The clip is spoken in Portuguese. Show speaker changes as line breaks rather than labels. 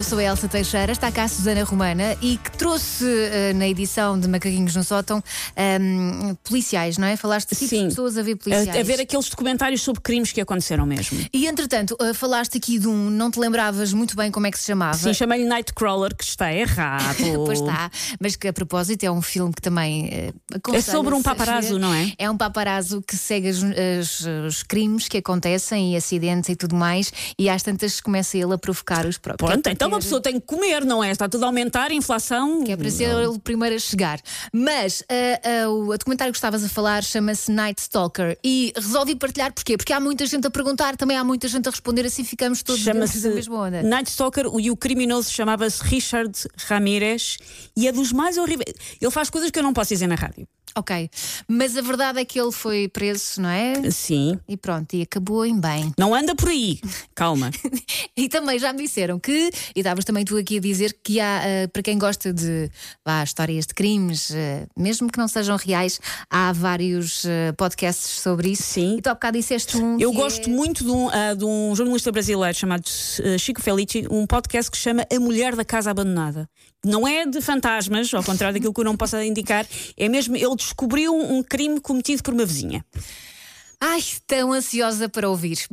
Eu sou a Elsa Teixeira, está cá a Susana Romana e que trouxe eh, na edição de Macaquinhos no Sótão ehm, policiais, não é? Falaste de tipos de
Sim.
pessoas a ver policiais.
a, a ver aqueles documentários sobre crimes que aconteceram mesmo.
E entretanto, eh, falaste aqui de um, não te lembravas muito bem como é que se chamava.
Sim, chamei-lhe Nightcrawler, que está errado.
Pois está, mas que a propósito é um filme que também eh,
É sobre
aconselho-se
um
a
paparazzo,
ver.
não é?
É um paparazzo que segue as- as- os crimes que acontecem e acidentes e tudo mais, e às tantas começa ele a provocar os próprios.
Pronto, então uma pessoa tem que comer, não é? Está tudo a aumentar, a inflação.
Que é para ser o primeiro a chegar. Mas ah, ah, o documentário que estavas a falar chama-se Night Stalker e resolvi partilhar porquê? Porque há muita gente a perguntar, também há muita gente a responder, assim ficamos todos dentro da
Chama-se
mesma onda.
Night Stalker e o criminoso chamava-se Richard Ramirez e é dos mais horríveis. Ele faz coisas que eu não posso dizer na rádio.
Ok, mas a verdade é que ele foi preso, não é?
Sim.
E pronto, e acabou em bem.
Não anda por aí. Calma.
E também já me disseram que, e estavas também tu aqui a dizer que há, ah, para quem gosta de vá, histórias de crimes, ah, mesmo que não sejam reais, há vários ah, podcasts sobre isso.
Sim.
E tu há bocado disseste um.
Eu
que
gosto
é...
muito de um, ah, de um jornalista brasileiro chamado eh, Chico Felici, um podcast que se chama A Mulher da Casa Abandonada. Não é de fantasmas, ao contrário daquilo que eu não posso indicar, é mesmo ele descobriu um crime cometido por uma vizinha.
Ai, tão ansiosa para ouvir.